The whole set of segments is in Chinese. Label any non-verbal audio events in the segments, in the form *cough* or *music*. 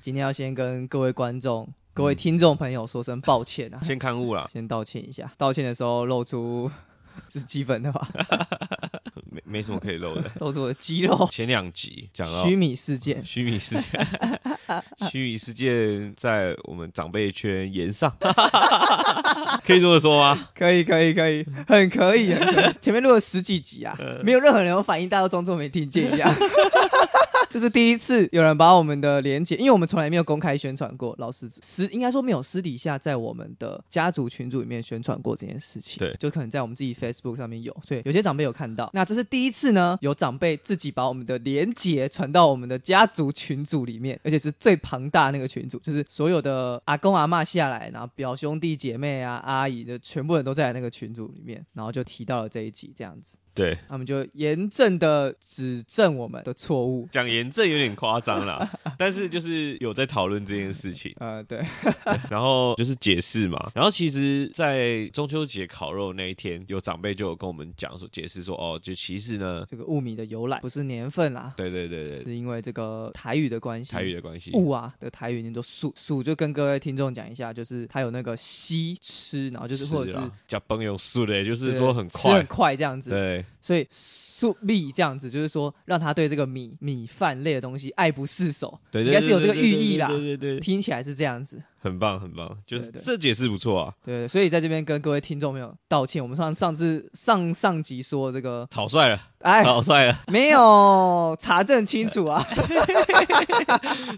今天要先跟各位观众、各位听众朋友说声抱歉啊， *laughs* 先刊物啦，先道歉一下。道歉的时候露出 *laughs* 是基本的吧， *laughs* 没没什么可以漏的。露出我的肌肉。前两集讲到哦虚拟事件，虚拟世 *laughs* 界，虚拟世界在我们长辈圈延上， *laughs* 可以这么说吗？可以，可以，可以，很可以，很可以。前面录了十几集啊，没有任何人有反应，大家都装作没听见一样。这是第一次有人把我们的连结，因为我们从来没有公开宣传过，老师私应该说没有私底下在我们的家族群组里面宣传过这件事情，对就可能在我们自己 Facebook 上面有，所以有些长辈有看到。那这是第一次呢，有长辈自己把我们的连结传到我们的家族群组里面，而且是最庞大的那个群组，就是所有的阿公阿嬷下来，然后表兄弟姐妹啊、阿姨的全部人都在那个群组里面，然后就提到了这一集这样子，对，他们就严正的指正我们的错误。讲严正有点夸张 *laughs* 啦，但是就是有在讨论这件事情，呃，对，然后就是解释嘛。然后其实，在中秋节烤肉那一天，有长辈就有跟我们讲说，解释说，哦，就其实呢， *laughs* 这个雾米的由来不是年份啦，对对对对，是因为这个台语的关系。台语的关系，雾啊的台语念作数数，就跟各位听众讲一下，就是它有那个吸吃，然后啊就是或者是叫朋友速的，啊就是对说很吃快很，快这样子，对所以素米这样子就是说让他对这个米米饭类的东西爱不释手，对，对应该是有这个寓意啦对对对对，对听起来是这样子。很棒很棒，就是对对这解释不错啊。对，所以在这边跟各位听众朋友道歉，我们上上次上上集说这个，草率了，哎，草率了， *laughs* 没有查证清楚啊，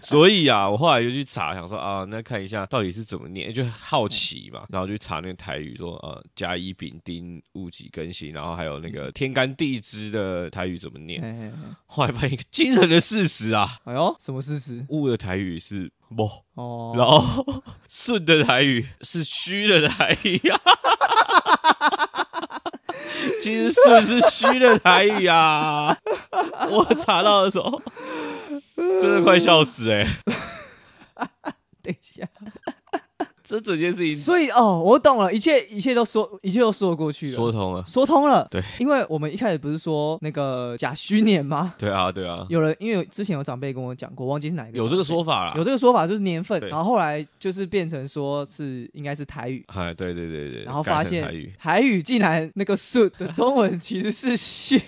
所以啊，我后来就去查，想说啊，那看一下到底是怎么念，就好奇嗯嘛，然后就查那个台语说，呃，甲乙丙丁戊己庚辛，然后还有那嗯个天干地支的台语怎么念。哎哎哎后来发现一个惊人的事实啊，哎呦，什么事实？戊的台语是不，哦，然后 *laughs* 顺的台语是虚的台语啊。 *laughs* 其实顺是虚的台语啊，我查到的时 *laughs* 候真的快笑死哎、 *laughs* 等一下，这整件事情所以哦，我懂了，一切一切都说，一切都说得过去了，说通了。说通了。对，因为我们一开始不是说那个假虚年吗？对啊，对啊，有人因为有之前有长辈跟我讲过，忘记是哪一个，有这个，说法啦。有这个说法就是年份，对然后后来就是变成说是应该是台语。哎，对对对对。然后改发成现台语台语竟然那个“顺”的中文其实是“ *laughs* 虚”，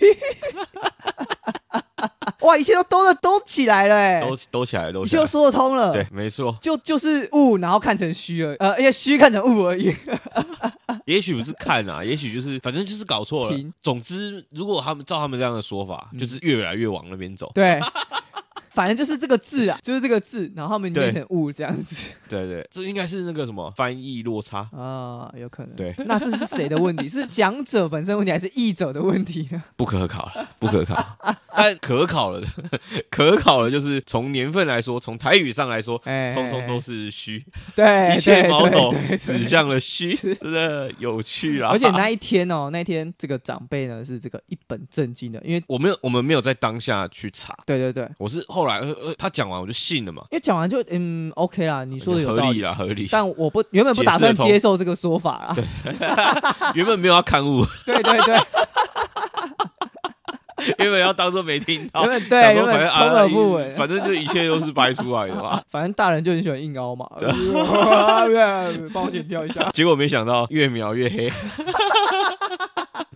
哇，一切都兜的兜起来了、欸，都都起来，都一起切来都。说得通了。，对，，没错就就是雾，然后看成虚而已，呃，而且虚看成雾而已。也许不是看啊， *laughs* 也许就是，反正就是搞错了听。总之，如果他们照他们这样的说法，嗯就是越来越往那边走。对， *laughs* 反正就是这个字啊，就是这个字，然后他们念成雾这样子对对，这应该是那个什么翻译落差。啊，有可能。 *laughs* 对，那这是谁的问题？是讲者本身问题，还是译者的问题呢？不可考了， *laughs* 不可考。但可考了，可考了，就是从年份来说，从台语上来说，哎，通通都是虚，对，一切哎对矛头对对指向了虚，真的有趣啊！而且 *laughs* 那一天哦，那一天这个长辈呢是这个一本正经的，因为我没有，我们没有在当下去查，对对对，我是后来呃呃，他讲完我就信了嘛，因为讲完就嗯 OK 啦，你说的有合道理理，啦，合理。 *laughs* 但我不原本不打算解释得通接受这个说法啦。原本没有要刊物，对对对，原本要当做没听到原，本想对原说反正本啊充耳不闻。反正就一切都是掰出来的 *laughs* 嘛。反正大人就很喜欢硬凹嘛， *laughs* 帮我剪掉一下。结果没想到越描越黑，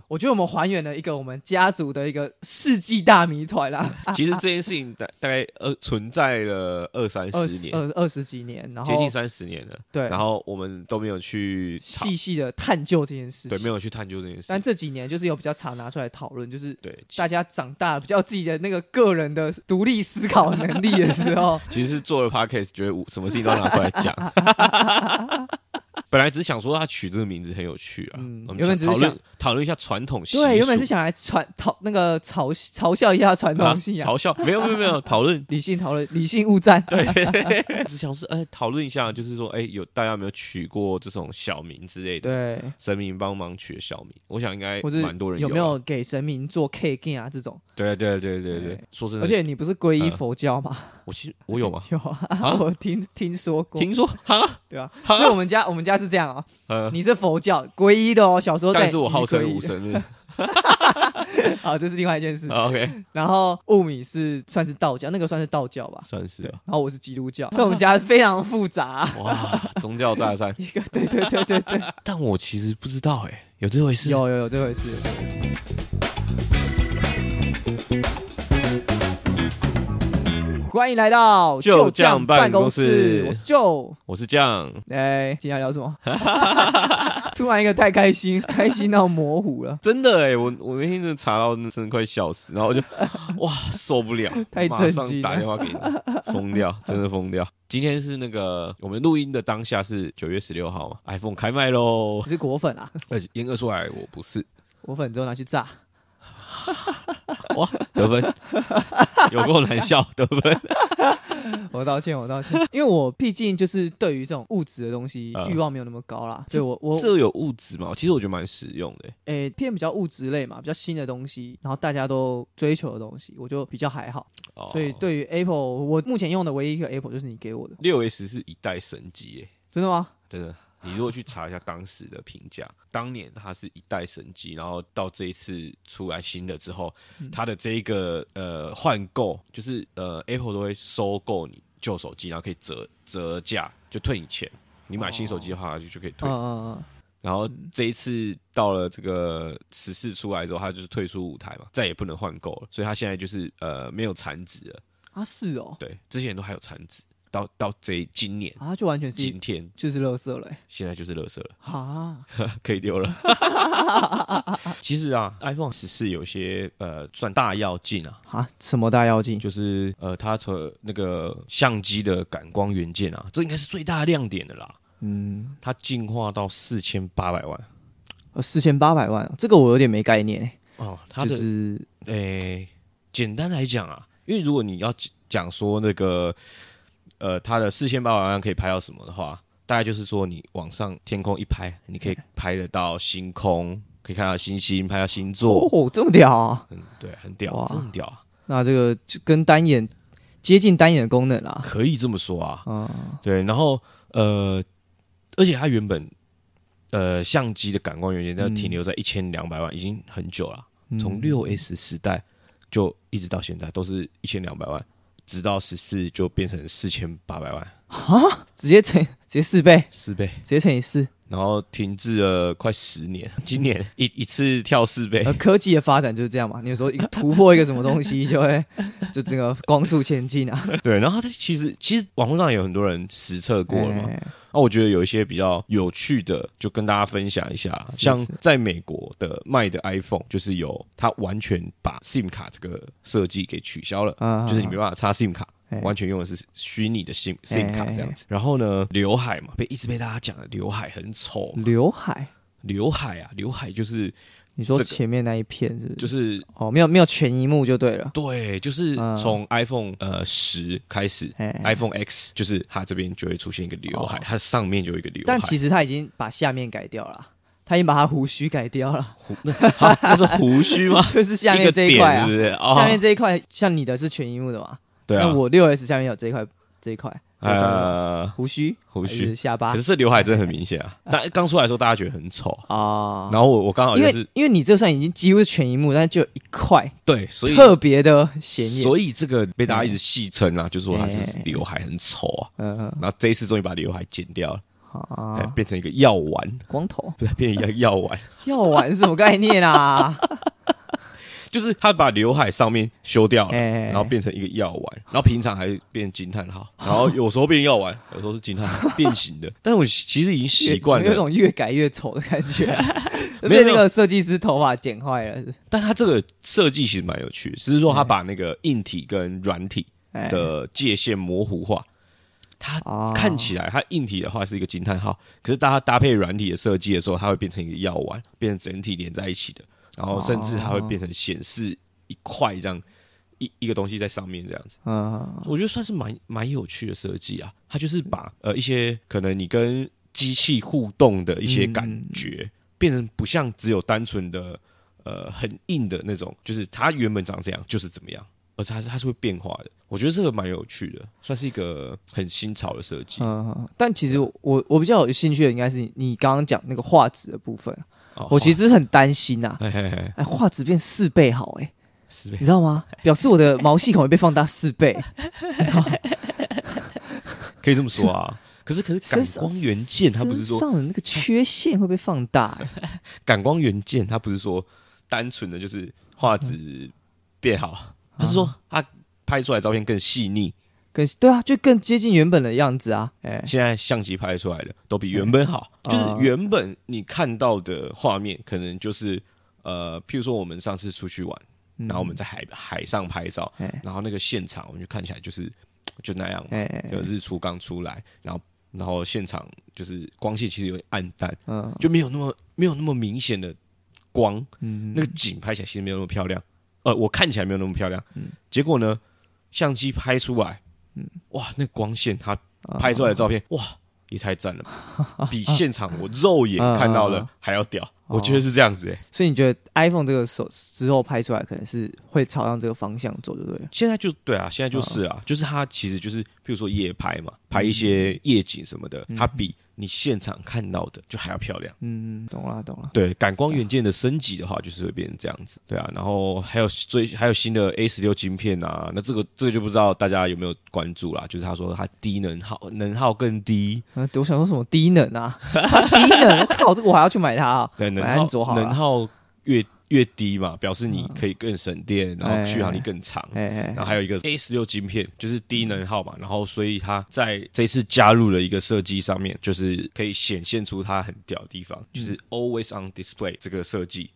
我觉得我们还原了一个我们家族的一个世纪大谜团啦，其实这件事情大大概呃存在了二三二十十年，二二十几年，然接后近三十年了，对，然后我们都没有去讨细细的探究这件事对，没情。有去探究这件事但，这几年就是有比较常拿出来讨论，就是对，大家长大比较自己的那个个人的独立思考能力的时候，其实是做了 podcast，觉得我什么事情都要拿出来讲。 *laughs* 本来只是想说他取这个名字很有趣啊，嗯我们原本只是讨论想讨论一下传统习俗，对，原本是想来传讨那个嘲嘲笑一下传啊统信仰，，嘲笑，没有没有没有讨论理性讨论，理性勿战。对，只想说哎讨论一下，就是说哎有大家有没有取过这种小名之类的，对，神明帮忙取的小名，我想应该或是蛮多人有没有啊？有给神明做 K G 啊这种？对对对对对对，说真而的，且你不是皈依嗯佛教吗？我其实我有吗？有啊， *laughs* 我听听说过，听啊说哈，对吧？哈所以我们家我们家是这样哦，呃，你是佛教皈依的哦，小时候在但是我号你称 *laughs* 皈依无的神论， *laughs* 好，这是另外一件事。啊 OK，然后物米是算是道教，那个算是道教吧。算是对啊，然后我是基督 *laughs* 教，所以我们家非常复杂、啊哇，宗教 *laughs* 大赛。一个，对对对对对，但我其实不知道哎、有这回 *laughs* 事？有有有这回事。有这回事欢迎来到旧将将办公公室我是旧。我是这样，哎，今天要聊什 *laughs* 么？ *laughs* 突然一个太开心，开心到模糊了，真的哎、我我那天真的查到，真的快笑死，然 *laughs* 后我就哇受不了，太马震上惊打了电话给你，疯掉，真的疯掉。今天是那个我们录音的当下是九月十六号嘛，iPhone 开卖喽你。是果粉啊？而且严格说来，我不是果粉之后拿去炸，哇得分，有够难笑得分。 *laughs* 我道歉，我道歉，因为我毕竟就是对于这种物质的东西嗯欲望没有那么高啦，所以我我这有物质吗？其实我觉得蛮实用的、诶偏比较物质类嘛，比较新的东西，然后大家都追求的东西，我就比较还好。哦所以对于 Apple，我目前用的唯一一个 Apple 就是你给我的，六 S 是一代神机、欸，真的吗？真的。你如果去查一下当时的评价，当年它是一代神机，然后到这一次出来新的之后，嗯它的这一个呃换购，就是呃 Apple 都会收购你旧手机，然后可以折折价，就退你钱。你买新手机的话，就就可以嗯。退嗯嗯，然后这一次到了这个十四出来之后，它就是退出舞台嘛，再也不能换购了，所以它现在就是呃没有残值了。啊是哦，对，之前都还有残值，到到这一今年啊就完全是今天就是垃圾 *laughs* 了、欸，现在就是垃圾了。 *laughs* 啊，可以 *laughs* 丢了。其实啊，iPhone 十四有些呃算大要进啊，啊什么大妖精？就是呃它从那个相机的感光元件啊，这应该是最大的亮点的啦。嗯。呃它进化到四千八百万四千八百万，哦这个我有点没概念、欸哦，它就的是诶、简单来讲啊，因为如果你要讲讲说那个呃它的四千八百万可以拍到什么的话，大概就是说你往上天空一拍，你可以拍得到星空，可以看到星星，拍到星座。哦，这么屌啊！嗯，对，很屌，哇真的很屌啊，那这个就跟单眼接近单眼的功能啦。可以这么说啊。嗯，对，然后呃，而且它原本呃相机的感光元件在嗯停留在一千两百万，已经很久了，嗯从六 S 时代就一直到现在都是一千两百万，直到十四就变成四千八百万，直接乘直 *laughs* 接四倍，四倍，直接乘以四。然后停滞了快十年，今 *laughs* 年一一次跳四倍而，科技的发展就是这样嘛，你有时候一个突破一个什么东 *laughs* 西，就会就整个光速前进啊。对，然后它其实其实网络上有很多人实测过了嘛，哎那、我觉得有一些比较有趣的，就跟大家分享一下。是像是在美国的卖的 iPhone，就是有它完全把 SIM 卡这个设计给取消了，啊就是你没办法插 SIM 卡，哎完全用的是虚拟的 SIM 哎 SIM 卡这样子。然后呢，刘海嘛，被一直被大家讲的刘海很丑嘛，刘海，刘海啊，刘海就是你说这个前面那一片是不？就是是哦，没有没有全一幕就对了。对，就是嗯从 iPhone 呃十开始。哎， iPhone X 就是它这边就会出现一个刘海，哦它上面就有一个刘海。但 *laughs* 其实他已经把下面改掉了，啊他已经把他胡须改掉了， *laughs* 胡那哈那是胡须吗？就是下一个面这一点块啊是不。是？哦、下面这一块像你的是全一幕的嘛？对啊，那我六 S 下面有这一块这一块，这个算什么呃胡须、胡还是须，下巴可是这刘海真的很明显啊。但刚出来的时候大家觉得很丑，啊。然后我我刚好因为就哦是因为你这算已经几乎是全一幕，但是就有一块对，所以特别的显眼。所以这个被大家一直戏称啊，就说它是哎刘海很丑啊。嗯嗯然后这一次终于把刘海剪掉了，哎啊，变成一个药丸， *laughs* 光头不是变成一个药丸， *laughs* 药丸是什么概念啊？就是他把刘海上面修掉了，哎然后变成一个药丸，然后平常还变惊叹号，然后有时候变药丸，有时候是惊叹号变形的。但是我其实已经 *laughs* *laughs* 习惯有一了，种越改越丑的感 *laughs* 觉。没被有那个设计师头发剪坏了，但它这个设计其实蛮有趣的，只是说它把那个硬体跟软体哎的界限模糊化。它啊看起来，它硬体的话是一个惊叹号，可是它搭配软体的设计的时候，它会变成一个药丸，变成整体连在一起的，啊然后甚至它会变成显示一块这样一一个东西在上面这样子。嗯我觉得算是蛮蛮有趣的设计啊，它就是把呃一些可能你跟机器互动的一些感觉，变成不像只有单纯的呃很硬的那种，就是它原本长这样就是怎么样，而且它是它是会变化的。我觉得这个蛮有趣的，算是一个很新潮的嗯设计。嗯，但其实我我比较有兴趣的应该是你你刚刚讲那个画质的部分，哦啊我其实很担心呐、嘿嘿嘿，哎，画质变四倍好哎、是呗你知道吗？ *laughs* 表示我的毛细孔也被放大四 *laughs* 倍，可以这么说啊。可是可是身感上光元件，它不是身说上的那个缺陷会被放大、哎感光元件，它不是说单纯的就是画质变好，嗯它是说它拍出来的照片更细腻。更对啊，就更接近原本的样子啊，哎、现在相机拍出来的都比原本好，嗯就是啊原本你看到的画面，可能就是呃，譬如说我们上次出去玩，嗯然后我们在海海上拍照哎，然后那个现场我们就看起来就是就那样嘛，哎哎就日出刚出来，然后然后现场就是光线其实有点暗淡，嗯就没有那么没有那么明显的光，嗯那个景拍起来其实没有那么漂亮，呃，我看起来没有那么漂亮。嗯结果呢，相机拍出来，哇，那光线它哦嗯拍出来的照片，哇，也太赞了 *laughs* 吧，比现场我肉眼看到嗯嗯的还要屌。我觉得是这样子诶、欸所以你觉得 iPhone 这个手之后拍出来可能是会朝向这个方向走，对不对了？现在就对啊，现嗯在就是啊，就是它其实就是，比如说夜拍嘛，拍一些夜景什么的，它比你现场看到的就还要漂亮。嗯，懂了懂了。对，感光元件的升级的话，就是会变成这样子。对啊，然后还有最还有新的 A 十六晶片啊，那这个这个就不知道大家有没有关注啦。就是他说它低能耗，能耗更低，嗯，我想说什么低能 *laughs* 啊，低能，我靠，这个我还要去买它啊，对，买能安卓耗好能了。耗越越低嘛，表示你可以更省电，然哎后续航力更长。哎哎然后还有一个 A 十六晶片，就是低能耗嘛，然后所以它在这次加入了一个设计上面，就是可以显现出它很屌的地方，就是嗯 Always on Display 这个设计，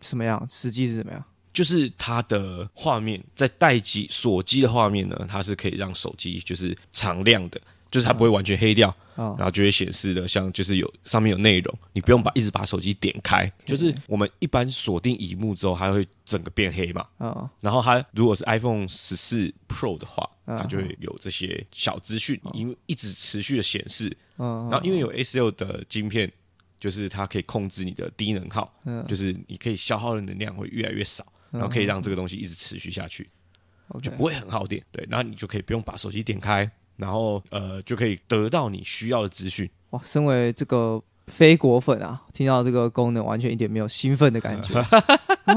什么样？实际是怎么样？就是它的画面在待机锁机的画面呢，它是可以让手机就是常亮的，就是它不会完全黑掉，哦然后就会显示的像就是有上面有内容，你不用把一直把手机点开，就是我们一般锁定荧幕之后，它会整个变黑嘛。嗯，然后它如果是 iPhone 十四 Pro 的话，它就会有这些小资讯，因为一直持续的显示。嗯然后因为有 A 十六的晶片，就是它可以控制你的低能耗，就是你可以消耗的能量会越来越少，然后可以让这个东西一直持续下去， ，OK，就不会很耗电。对，然后你就可以不用把手机点开，然后呃就可以得到你需要的资讯。哇，身为这个非果粉啊，听到这个功能完全一点没有兴奋的感觉。嗯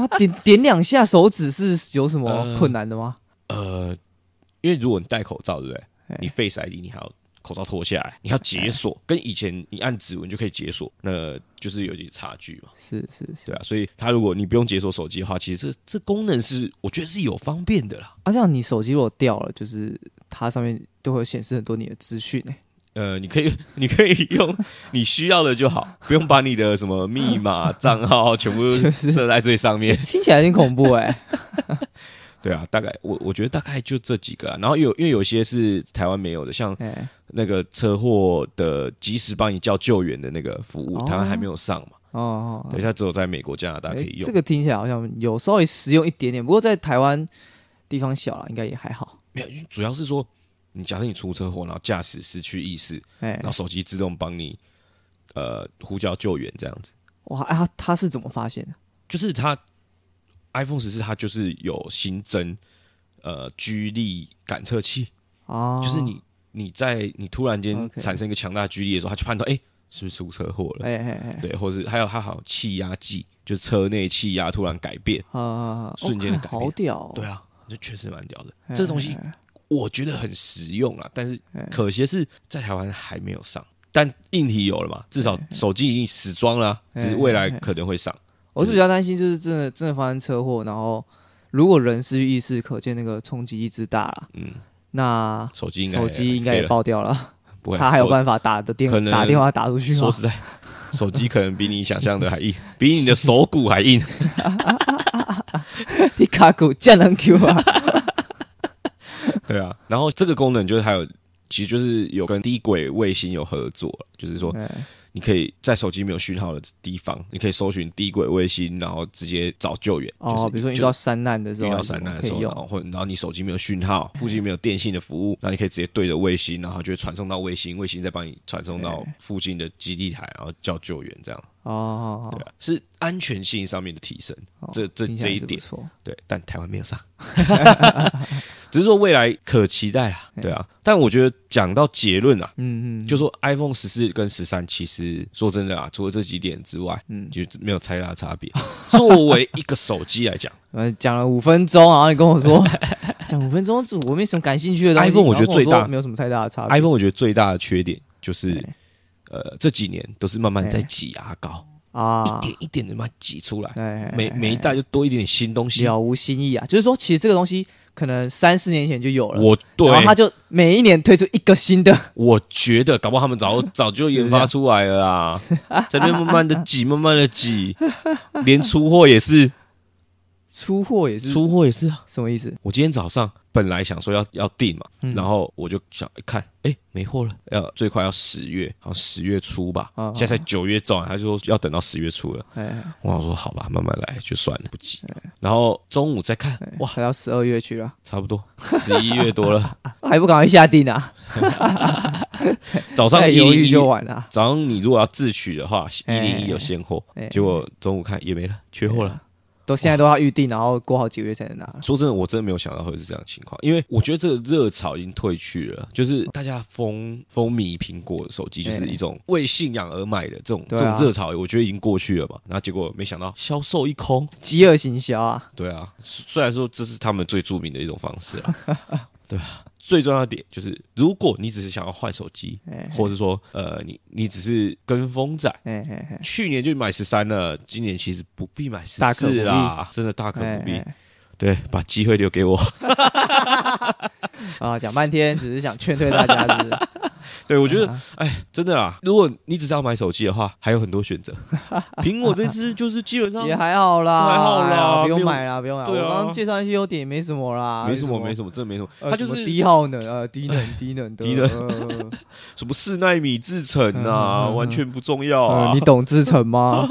*laughs* 啊，点点两下手指是有什么困难的吗？呃，因为如果你戴口罩，对不对？你 Face ID 你还要口罩脱下来，你要解锁，跟以前你按指纹就可以解锁，那就是有点差距嘛。是是是，对啊，所以它如果你不用解锁手机的话，其实这这功能是我觉得是有方便的啦。啊，这样你手机如果掉了，就是它上面都会显示很多你的资讯欸呃，你可以 *laughs* 你可以用你需要的就好，不用把你的什么密码、账号 *laughs* 全部设在最上面。听起来有点恐怖哎、 *laughs* 对啊，大概我我觉得大概就这几个、啊，然后有因为有些是台湾没有的，像哎，那个车祸的及时帮你叫救援的那个服务，哦台湾还没有上嘛，哦，等一下只有在美国、加拿大可哎以用。这个听起来好像有稍微实用一点点，不过在台湾地方小了，应该也还好。没有，主要是说你假设你出车祸，然后驾驶失去意识，哎然后，手机自动帮你呃呼叫救援这样子。哇啊，他是怎么发现的？就是它 iPhone 十四它就是有新增呃居力感测器，哦，就是你你在你突然间 OK 产生一个强大的居力的时候，它就判断哎、是不是出车祸了，哎，哎哎哎，对，或是还有它好像气压计，就是车内气压突然改变，啊，瞬间的哦改看变好屌哦，对啊，这确实蛮屌的，哎这个东西我觉得很实用啊，但是可惜是在台湾还没有上。但硬体有了嘛？至少手机已经时装了啊、哎只是未来可能会上。我是比较担心，就是真的真的发生车祸，然后如果人失去意识，可见那个冲击力之大了。嗯，那手机应该手机应该废也了爆掉了，不 *laughs* 会，他还有手办法打的电可能打电话打出去吗说？实在， *laughs* 手机可能比你想象的还硬， *laughs* 比你的手骨还 *laughs* 硬。 *laughs* 你卡古降能 Q *laughs* 啊！对啊，然后这个功能就是还有，其实就是有跟低轨卫星有合作，就是说哎你可以在手机没有讯号的地方，你可以搜寻低轨卫星，然后直接找救援。就哦，是比如说遇就到山难的时候，遇到灾难的可时以候，然用。后或然后你手机没有讯号，附近没有电信的服务，那你可以直接对着卫星，然后就会传送到卫星，卫星再帮你传送到附近的基地台，然后叫救援，这样哦，对啊，是安全性上面的提升哦，这这听起这来一是不点。错。对，但台湾没有上， *laughs* 只是说未来 *laughs* 可期待啊，对啊。但我觉得讲到结论啊，嗯嗯，就说 iPhone 十四跟十三其实实说真的啊，除了这几点之外，嗯，就没有太大差别。 *laughs* 作为一个手机来讲呃，讲了五分钟，然后你跟我 *laughs* 说讲五分钟，主我没什么感兴趣的东西。 iPhone 我觉得然后跟最大说没有什么太大的差别。 ，iPhone 我觉得最大的缺点就是对，呃，这几年都是慢慢在哎挤牙膏，啊哎一，点一点的慢慢挤出来，对，每每一代就多一点点新东西。了无新意啊，就是说，其实这个东西可能三四年前就有了，我对然后他就每一年推出一个新的，我觉得，搞不好他们 *laughs* 早早就研发出来了啊，在那边慢慢的挤，慢慢的 *laughs* 挤，连出货也是，出货也是出货也是啊。什么意思？我今天早上本来想说要要订嘛，嗯然后我就想看，哎、没货了，要最快要十月，好像十月初吧，哦现在才九月中，他就说要等到十月初了。哎，我想说好吧，慢慢来就算了，不急。然后中午再看，哇，哎还到十二月去了，差不多十一月多 *laughs* 了，还不赶快下定啊？早上再一犹零豫一就晚了啊。早上你如果要自取的话，一哎零一有现货，哎结果中午看也没了，缺货了。都现在都要预定，然后过好几个月才能拿。说真的，我真的没有想到会是这样的情况，因为我觉得这个热潮已经退去了，就是大家风风靡苹果手机，就是哦哎一种为信仰而买的这种、这对啊种热潮，我觉得已经过去了嘛。然后结果没想到销售一空，饥饿行销啊，对啊，虽然说这是他们最著名的一种方式啊， *laughs* 对啊。最重要的点就是，如果你只是想要换手机，或者说呃，你你只是跟风仔，哎哎哎，去年就买十三了，今年其实不必买十大可不必四啦，真的大可哎不必。哎对，把机会留 *laughs* 给我。啊，讲半天只是想劝退大家，是不啊是？对我觉得，哎，真的啦，如果你只是要买手机的话，还有很多 *laughs* 选择。苹果这支就是基本上也还好啦，还好啦哎呀不不用用买啦，不用买。对啊我刚刚介绍一些优点也没什么啦，没什么，没什什么，真的没什么。呃它就什么是低耗能呃，低能低能的 *laughs* 低能呃什么四纳米制程 *laughs* 嗯嗯啊，嗯完全不重要呃啊。你懂制程吗？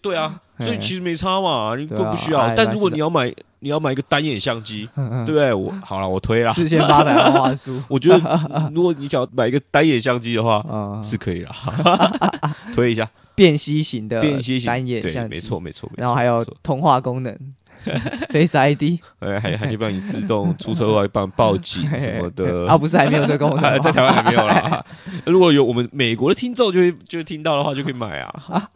对啊，哎所以其实没差嘛，你对更啊不需哎要。但买如果是你要买，你要买一个单眼相机，对不啊 *laughs* 对？我好了，我推啦。嗯四千八百万画 *laughs* 素我觉 *laughs* 得，如果你想要买一个单眼相机的话，啊，是可以啦， *laughs* 推一下。辨析型的便携型嗯呃单眼对相机，没错没错。没然后错还有没错通话功 *laughs* 能，Face ID 呃，还 *laughs* 还可以帮你自动出车祸，还帮你报警什么的。 *laughs* 啊，不是还没有这个功能啊吗 *laughs* 在？台湾还没 *laughs* 有啦。如果有我们美国的听众就会就会听到的话，就可以买啊。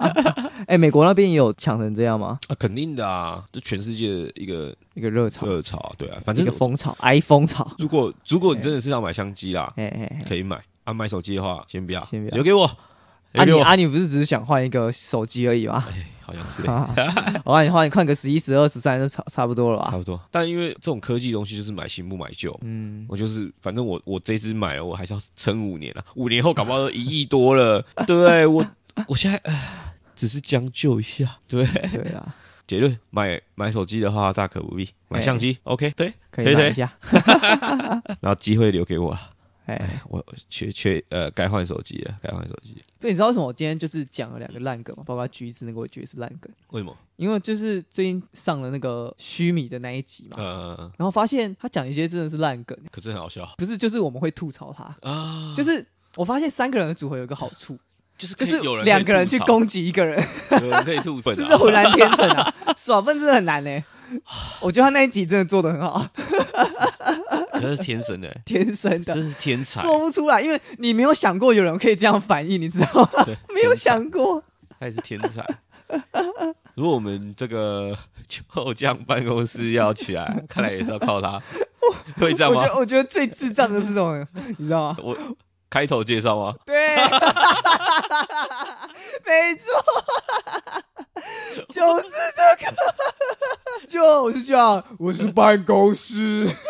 哎，美国那边也有抢成这样吗？啊，肯定的啊，这全世界的一个一个热潮，热潮啊，对啊，反一正个风哎潮，iPhone 潮。如果如果你真的是要买相机啦，哎哎，可以买啊，买手机的话先不要，先不要留给我，哎啊留给你我。啊你不是只是想换一个手机而已吗？哎，好像是。啊，我让你换，你换个十一、十二、十三就差差不多了差吧？不多，但因为这种科技东西就是买新不买旧，嗯，我就是，反正我我这只买了，我还是要撑五年了、五年后搞不好都一亿多了，对不对？我我现在唉只是将就一下，对不对。对啊啦，结论：买买手机的话大可不必，买相机、OK 哎对，可推以买推一下。然后机会留给我了。哎，哎，我缺缺呃，该换手机了，该换手机了。不，你知道为什么我今天就是讲了两个烂梗吗？包括橘子那个，我也觉得是烂梗，为什么？因为就是最近上了那个虚拟的那一集嘛，呃，然后发现他讲一些真的是烂梗，可是很好笑不是就是我们会吐槽他，啊，就是我发现三个人的组合有一个好处，就是可就以是有人可以两个人去吐槽，啊攻击一个人，有人可以 *laughs* 吐槽， *laughs* 这是浑然天成啊， *laughs* 耍笨真的很难呢、我觉得他那一集真的做的很好，这是天生的，天生的这。是天才，啊做不出来，因为你没有想过有人可以这样反应，你知道吗？对没有想过，他也是天才。如果我们这个旧将办公室要起来，看来也是要靠他，会这样我觉吗？得我觉得最智障的是什么，你知道吗？我开头介绍吗？对， *laughs* 没错，就是这个。就我是这样，我是办公室。 *laughs*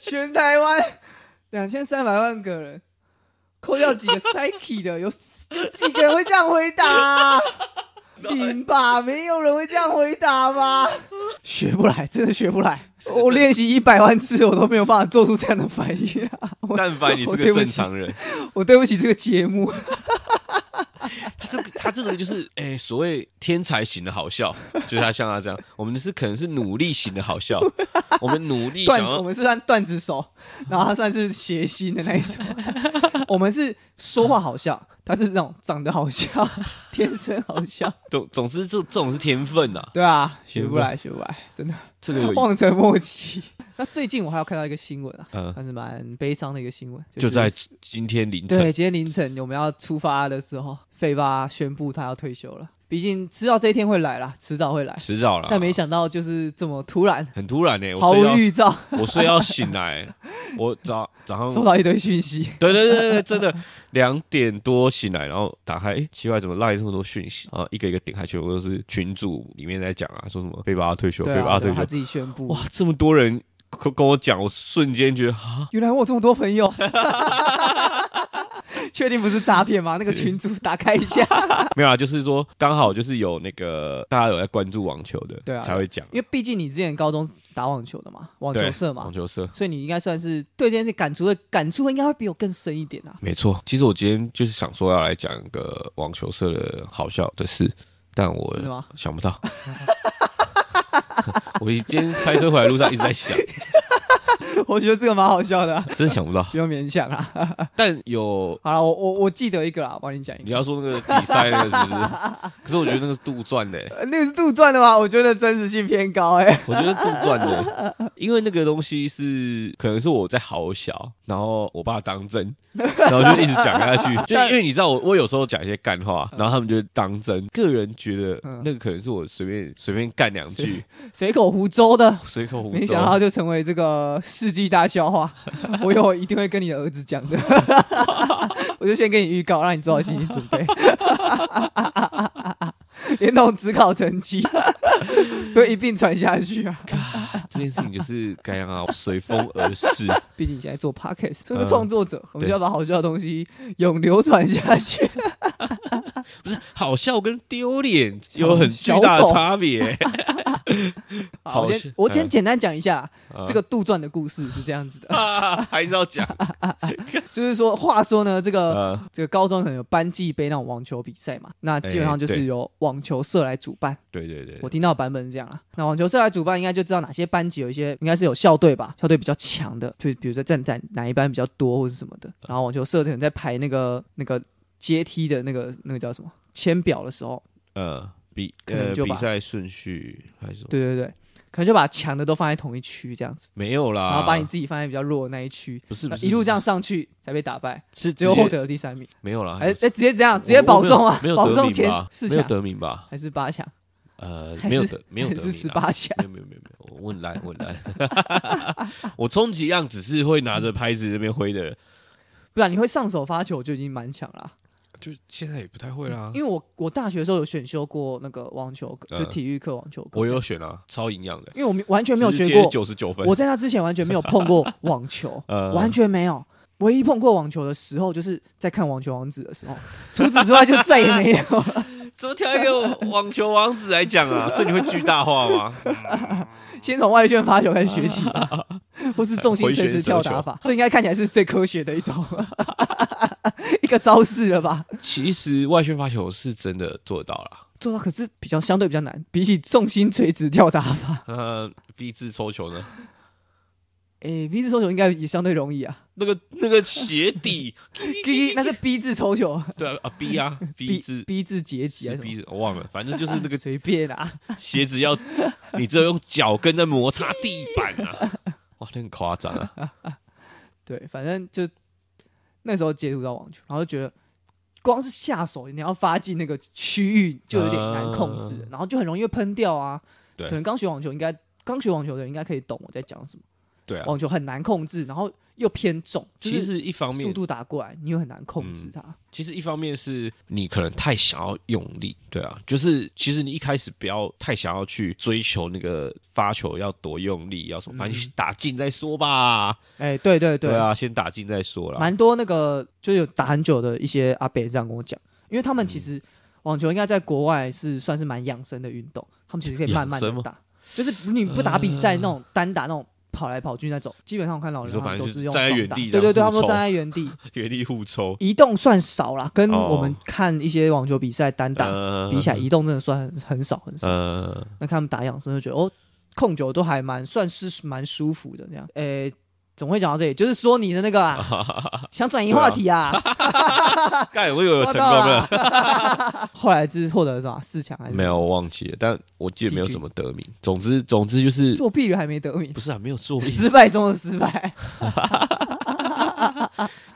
全台湾两千三百万个人，扣掉几个 psyche 的，有有几个人会这样回答、 *laughs* 啊？零吧，没有人会这样回答吧？学不来，真的学不来。 *laughs* 我练习一百万次，我都没有办法做出这样的反应啊！我但凡你是我个对不正起常人，我对不起这个节目，他这个他这个就是哎、所谓天才型的好笑，就是他像他这样，我们是可能是努力型的好笑，啊我们 *laughs* 努力想段我要们是算段子手，然后他算是谐星的那一种。我们是说话好笑，他是那种长得好笑，天生好笑。总总之这这种是天分呐、啊，对啊，学不来，学不来，真的这个有望尘莫及。那最近我还有看到一个新闻啊，嗯，但是蛮悲伤的一个新闻，就是在今天凌晨， *laughs* *laughs* 对今天凌晨我们要出发的时候，费巴宣布他要退休了。毕竟知道这一天会来啦，迟早会来，迟早了。但没想到就是这么突然，很突然呢、欸毫啊哎我无睡到预 *laughs* 兆，我睡到醒来，我早早上收到一堆讯息。对对对对，真的两点多醒来，然后打开，诶奇怪，怎么赖这么多讯息啊？一个一个点开，全部都是群主里面在讲啊，说什么被巴退休，对被巴啊，对退啊他休，自己宣布。哇，这么多人跟跟我讲，我瞬间觉得啊，原来我有这么多朋友， *laughs* 确定不是诈骗吗？那个群主打开一下， *laughs* 没有啊，就是说刚好就是有那个大家有在关注网球的，对啊才会讲因为毕竟你之前高中打网球的嘛，网球对社嘛网，球社。所以你应该算是对这件事感触会感触应该会比我更深一点 *laughs* 啊。没错，其实我今天就是想说要来讲一个网球社的好笑的事，但我真的吗想不到。 *laughs* 我今天开车回来路上一直在想，我觉得这个蛮好笑的啊、真的想不到。不用勉强啊。但有好了，我我我记得一个啦，我帮你讲一你个。要说那个比赛那个是不是？可是我觉得那个是杜撰的欸、呃那个是杜撰的吗？我觉得真实性偏高哎、我觉得杜撰的，因为那个东西是可能是我在好小，然后我爸当真， *laughs* 然后就一直讲下去，就因为你知道我我有时候讲一些干话，然后他们就当真。个人觉得嗯那个可能是我随便随便干两句， *laughs* 随口胡诌的，随口胡没想诌。到就成为这个世纪大笑 *laughs* 话。我有一定会跟你的儿子讲的，我就先给你预告，让你做好心理准备。连同职考成绩都一并传下去啊！这件事情就是该让它 *laughs* 随风而 *laughs* 逝。毕竟你现在做 podcast，这个嗯创作者，我们就要把好笑的东西永流传下去。不是好笑跟丢脸有很巨大小的丑差别。好，我好先是我先嗯简单讲一下啊 *laughs* 这个杜撰的故事是这样子的，啊还是 *laughs* 要讲，就是说，话说呢，这个呃，这个高中可能有班级杯那种网球比赛嘛，那基本上就哎是对由网球社来主办。对对对我，听到的版本是这样啊，那网球社来主办，应该就知道哪些班级有一些，应该是有校队吧，校队比较强的，就比如说站在哪一班比较多或是什么嗯的。然后网球社可能在排那个那个阶梯的那个那个叫什么签表的时候，呃，比可能呃就把比赛顺序还是什么对对对，可能就把强的都放在同一区这样子，没有啦，然后把你自己放在比较弱的那一区，不啊是那不是一路这样上去才被打败，是最后直接获得了第三名。没有啦，哎哎，我直接这样，直接我保送啊没，有 *laughs* 没保有得送名前吧？四没有强得名吧？还是八强。呃，还没有是得没有还得是名十啦八强 *laughs* 没有没有没有没有，我很烂我很烂， *laughs* 我充其量只是会拿着拍子这边挥的人，不啊然你会上手发球就已经蛮强了啊、就现在也不太会啦。因为我我大学的时候有选修过那个网球课，就嗯体育课网球课。我有，选啊，超营养的，因为我们完全没有学过，九十九分。我在那之前完全没有碰过网球， *laughs* 呃完全没有。唯一碰过网球的时候，就是在看《网球王子》的时候，除此之外就再也 *laughs* 没有了。怎么挑一个网球王子来 *laughs* 讲啊？所以你会巨大化吗？先从外旋发球开始学起吧， *laughs* 或是重心垂直跳打法，这应该看起来是最科学的一种 *laughs* 一个招式了吧？其实外旋发球是真的做得到啦，做到可是比较相对比较难，比起重心垂直跳打法。呃，逼制抽球呢？诶、b 字抽球应该也相对容易 *laughs* 啊。那个那个鞋底，第一，那是 B 字抽球对啊啊逼啊逼，B 制 B 字结集还是是什么？逼制，我忘了，反正就是那个随便啊啦，鞋 *laughs* 子要，你只有用脚跟在摩擦地板啊！哇，那很夸张 *laughs* 啊！对，反正就那时候接触到网球，然后就觉得光是下手你要发进那个区域就有点难控制，然后就很容易会喷掉啊。啊对可能刚学网球应该刚学网球的人应该可以懂我在讲什么。对啊，网球很难控制，然后又偏重，哦就其是实一方速面，度打过来，你又很难控制嗯它。其实一方面是你可能太想要用力，对啊，就是其实你一开始不要太想要去追求那个发球要多用力，要什么，反正打进再说吧。哎、对嗯对对对啊，先打进再说啦。蛮多那个就是有打很久的一些阿伯这样跟我讲，因为他们其嗯实网球应该在国外是算是蛮养生的运动，他们其实可以慢慢养生的吗嗯打，就是你不打比赛那种单打那种跑来跑去那种，基本上我看老你人说他们反正都就是是用站在双原打，地对对这样对，他互们都站抽在原地，原地互抽，移动算少啦，跟哦我们看一些网球比赛单打呃比起来，移动真的算很很少很少。呃，那看他们打养生就觉得哦，控球都还蛮算是蛮舒服的那样。诶、怎么会讲到这里？就是说你的那个啊， *laughs* 想转移话题啊，盖我以 *laughs* 为我 *laughs* 抓成功到了，了。 *laughs* 后来是获得了什么四强还是没有？有，我忘记了，但我记得没有几句什么得名。总之，总之就是作弊率还没得名 *laughs* 不，是啊，没有 *laughs* 作弊，失败中的失败。 *laughs*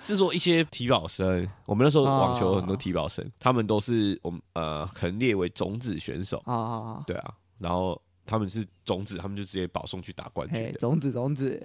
是说一些体保生，我们那时候网球有啊很多体保生，他们都是我们呃，可能列为种子选手，啊啊啊！对啊，然后他们是种子，他们就直接保送去打冠哎军，的。种子种子，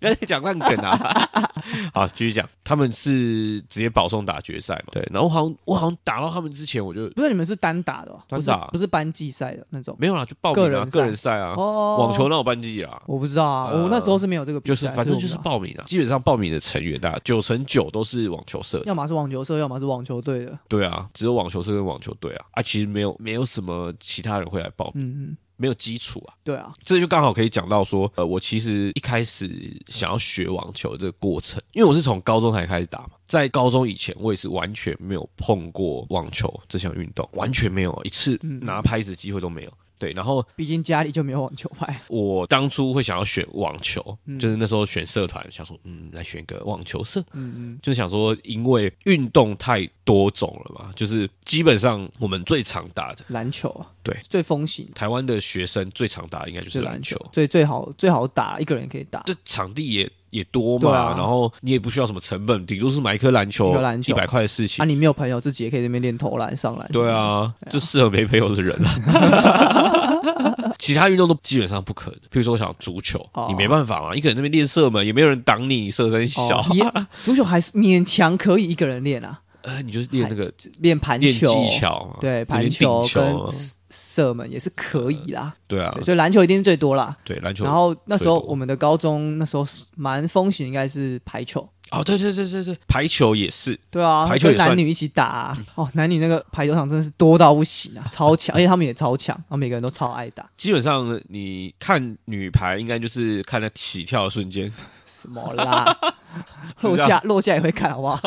不要再讲烂梗啊！好，继续讲，他们是直接保送打决赛嘛？对，然后我好像我好像打到他们之前，我就不是你们是单打的哦，单打不是不是班级赛的那种。没有啦，就报名啊，个人赛个人赛啊，哦，网球那种班级啊。我不知道啊，呃我那时候是没有这个比就是赛，反正所以我不就知是道报名啊，基本上报名的成员大九成九都是网球社的，要么是网球社，要么是网球队的。对啊，只有网球社跟网球队啊，啊，其实没有没有什么其他人会来报名，嗯嗯，没有基础啊，对啊，这就刚好可以讲到说，呃，我其实一开始想要学网球这个过程，因为我是从高中才开始打嘛，在高中以前我也是完全没有碰过网球这项运动，完全没有一次拿拍子的机会都没有。对，然后嗯毕竟家里就没有网球拍。我当初会想要选网球，嗯就是那时候选社团，想说，嗯，来选个网球社，嗯嗯，就是想说，因为运动太多种了嘛，就是基本上我们最常打的， *laughs* 篮球啊对最风行的台湾的学生最常打的应该就是是篮篮球球，，最最好最好打，一个人可以打。这场地也也多嘛，对啊然后你也不需要什么成本，顶多是买一颗篮一球颗，篮一球百块的事情。啊，你没有朋友，自己也可以在那边练投篮、上篮。对，啊，就适合没朋友的人啊。 *laughs* 其他运动都基本上不可能，譬如说我想足球，哦你没办法嘛，一个人在那边练射门，也没有人挡你，射身小，哦，也足球还是勉强可以一个人练啊， *laughs* 呃，你就练那个练盘练球、技巧嘛，对这边盘定球球跟啊射门也是可以啦。对啊对，所以篮球一定是最多啦。对篮球，然后那时候最多我们的高中那时候蛮风行，应该是排球。哦，对对对对对，排球也是，对啊，排球也跟男算女一起打啊、哦，男女那个排球场真的是多到不行啊，超强，而且他们也超强，然后每个人都超爱打，基本上你看女排，应该就是看她起跳的瞬间， *laughs* 什么啦， *laughs* 是落这样下落下也会看，好 *laughs* 不好？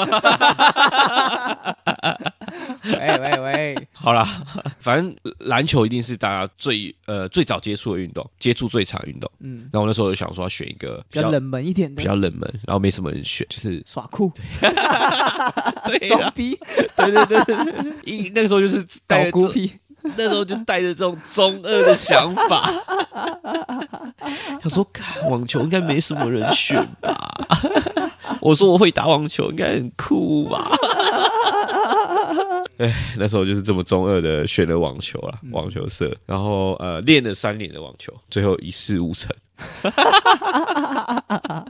喂喂喂，好啦，反正呃篮球一定是大家最呃最早接触的运动，接触最长的运动。嗯，然后我那时候就想说要选一个比比较较冷门一点比的，较冷门，然后没什么人选，就是耍酷， *laughs* 对啊装逼，对对对对对， *laughs* 一那个时候就是搞带着孤这僻，那时候就带着这种中二的想法， *laughs* 想说看网球应该没什么人选吧。 *laughs* 我说我会打网球，应该很酷吧。 *laughs* 哎，那时候就是这么中二的选了网球啦，网球社，然后呃练了三年的网球，最后一事无成。 *laughs*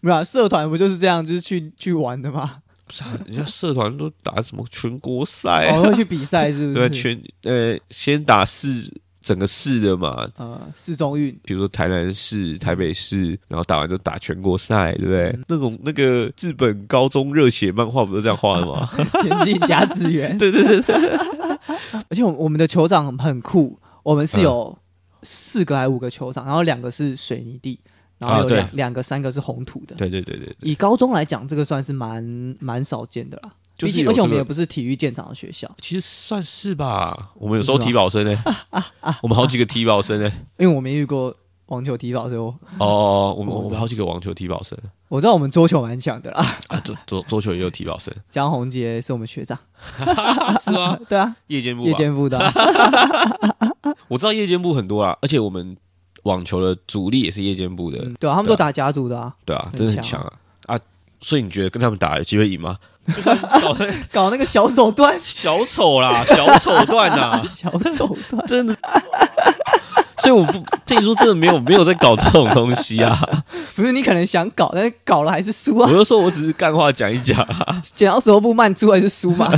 没有、啊、社团不就是这样，就是去去玩的嘛，不是啊、人家社团都打什么全国赛、啊 *laughs* 哦，会去比赛是不哎对是？全呃先打市整个市的嘛，呃，市中运， *laughs* 比如说台南市、台北市，然后打完就打全国赛，对不对？嗯那种那个日本高中热血漫画不是这样画 *laughs* 的吗？前进甲子园， *laughs* 对对对对， *laughs* 而且我们我们的球场很酷，我们是嗯有四个还五个球场，然后两个是水泥地，然后啊有对两、两个三个是红土的。对对对对对，以高中来讲，这个算是蛮蛮少见的啦。就毕是竟，有而且我们这也个不是体育建场的学校，其实算是吧。我们有是时候吧体保 *laughs* 生呢、我们好几个体保生呢、欸因为我没遇过网球踢保，所以我哦，我们我不我知们道好几个网球体保生我知道我们桌球蛮强的啦。啊，桌桌桌球也有体保生，江宏杰是我们学长， *laughs* 是吗？ *laughs* 对啊，夜间部夜吧，间 *laughs* 部的啊、我知道夜间部很多啦，啊而且我们网球的主力也是夜间部的，嗯对啊，他们都打甲组的啊，对啊，很真的很强强啊啊！所以你觉得跟他们打有机会赢 *laughs* 吗？就他们搞得，搞那个小手段，*laughs* 小丑啦， *laughs* 小手段啦小手段，真的。所以我不跟你说，真的没有没有在搞这种东 *laughs* 西啊！不是你可能想搞，但是搞了还是输我啊，就说我只是干话讲一讲啊， *laughs* 剪刀石头布慢出还是输 *laughs* 嘛。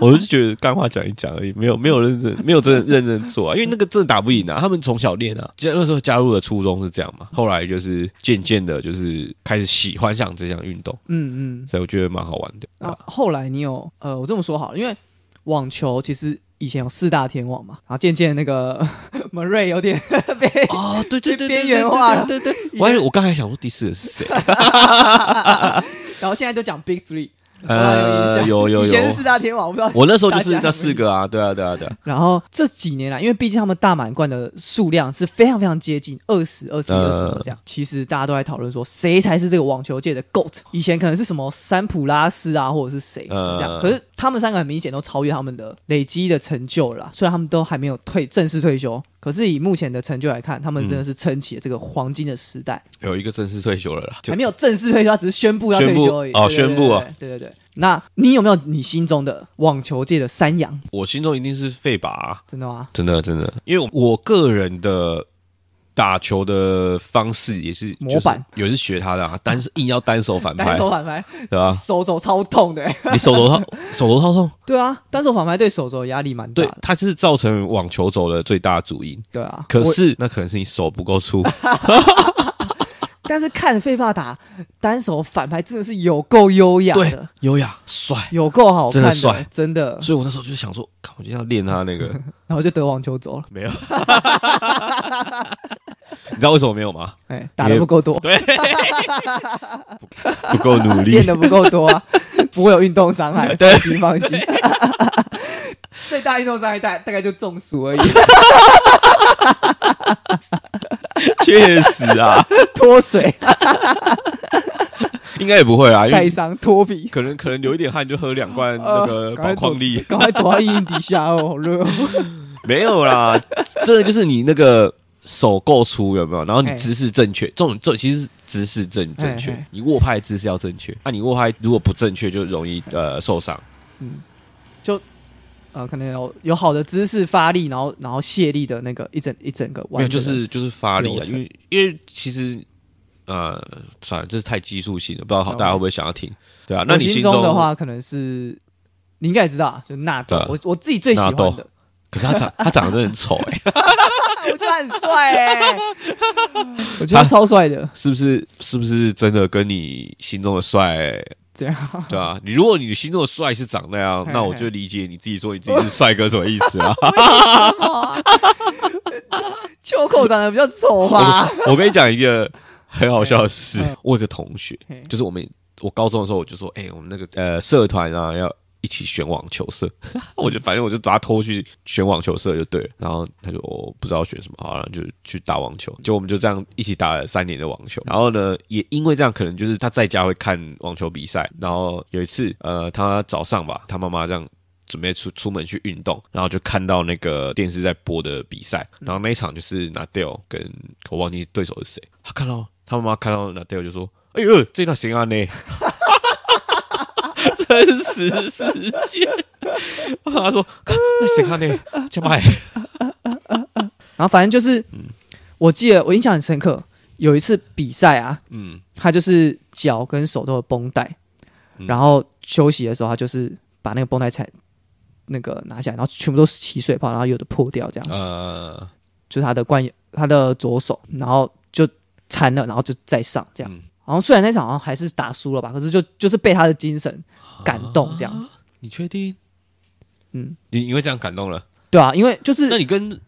我就觉得干话讲一讲而已，没有没有认真没有真的认真做啊，因为那个真的打不赢啊。他们从小练啊，加那时候加入的初衷是这样嘛，后来就是渐渐的，就是开始喜欢上这项运动，嗯嗯。所以我觉得蛮好玩的啊 *laughs* 啊。，后来你有呃，我这么说好了，因为网球其实以前有四大天王嘛，然后渐渐那个 *laughs* Murray 有点 *laughs* 被哦，对对对对边缘化了对对。我还以为我刚才想说第四个是谁，然后现在都讲 Big Three， *laughs* 我还呃，有印象有以有前，是四大天王，我不知道。我那时候就是大家有没那有四个啊，对啊对啊对啊，然后这几年来，因为毕竟他们大满贯的数量是非常非常接近，二十、二十、二十呃这样。其实大家都在讨论说，谁才是这个网球界的 GOAT？以前可能是什么三普拉斯啊，或者是谁呃这样。可是他们三个很明显都超越他们的累积的成就了啦，虽然他们都还没有退正式退休。可是以目前的成就来看，他们真的是撑起了这个黄金的时代。有一个正式退休了啦，就还没有正式退休，他只是宣布要退休而已。对对对宣布哦宣布啊对对对。那你有没有你心中的网球界的山羊？我心中一定是费吧啊、真的吗？真的真的，因为我个人的打球的方式也是模板，就是有人学他的、啊，单是硬要单手反单拍，手反拍，对 *laughs* 啊吧、手肘超痛的、 *laughs* 欸。你手肘套手肘套痛，对啊，单手反拍对手肘的压力蛮大对的。，它就是造成网球肘的最大主因。对啊，可我是那可能是你手不 *laughs* 够粗，但是看费帕打单手反拍真的是有够优雅对的，，优雅帅。有够好看真的帅真的。所以我那时候就想说，靠，我今天要练他那个然后就得网球肘了，没 *laughs* 有，你知道为什么没有吗？哎、打的不够多，不够努力练。的不够多啊， *laughs* 不会有运动伤害，放心放心。最大运动伤害大大概就中暑 *laughs* 而已，确实啊，脱水、应该也不会啊，因晒为伤、脱皮。可能可能流一点汗就喝两罐那个呃宝矿力，赶快躲到阴影底下哦，好热哦。 *laughs* 没有啦，真的就是你那个手够粗有没有？然后你哎姿势正确，这种这其实是姿势正正哎确哎，你握拍姿势要正确。那、你握拍如果不正确，就容易呃受伤。嗯，就呃，可能有有好的姿势发力，然后然后卸力的那个一整一整个没完有，整就的，是就是发力流啊，程因为因为其实呃，算了，这是太技术性了，不知道好 OK 大家会不会想要听？对啊，那我你心中的，话，可能是你应该也知道啊，就纳豆对啊，我我自己最喜欢纳的豆，可是他长他长得真的很丑哎、啊我觉得他很帅哎、 *laughs* 我觉得他超帅的，是不是？是不是真的跟你心中的帅、欸这样对啊，你如果你心中的帅是长那样，嘿那我就理解你自己说你自己是帅哥什么意思啊？ *laughs* 秋口长得比较丑吧？我我跟你讲一个很好笑的事嗯，我有个同学嘿，就是我们我高中的时候，我就说，哎、我们那个呃社团啊要。一起选网球社， *laughs* 我就反正我就把他拖去选网球社就对了，然后他就我、不知道选什么，好了就去打网球，就我们就这样一起打了三年的网球，然后呢也因为这样，可能就是他在家会看网球比赛，然后有一次呃他早上吧，他妈妈这样准备出出门去运动，然后就看到那个电视在播的比赛，然后那一场就是拿 a d 跟我忘记对手是谁，他看到他妈妈看到拿 a d 就说：“哎呦，这那行啊呢？” *laughs* 真实事件，他说：“看那谁看啊 *laughs* 呢？这卖 *laughs* 然后反正就是，我记得我印象很深刻，有一次比赛啊，嗯，他就是脚跟手都有绷带，嗯然后休息的时候他就是把那个绷带拆，那个拿下来，然后全部都是起水泡，然后有的破掉这样子，呃，就是他的关他的左手，然后就缠了，然后就再上这样。嗯然后虽然那场好像还是打输了吧，可是就就是被他的精神感动这样子。你确定？嗯，你你会这样感动了？对啊，因为就是那你跟等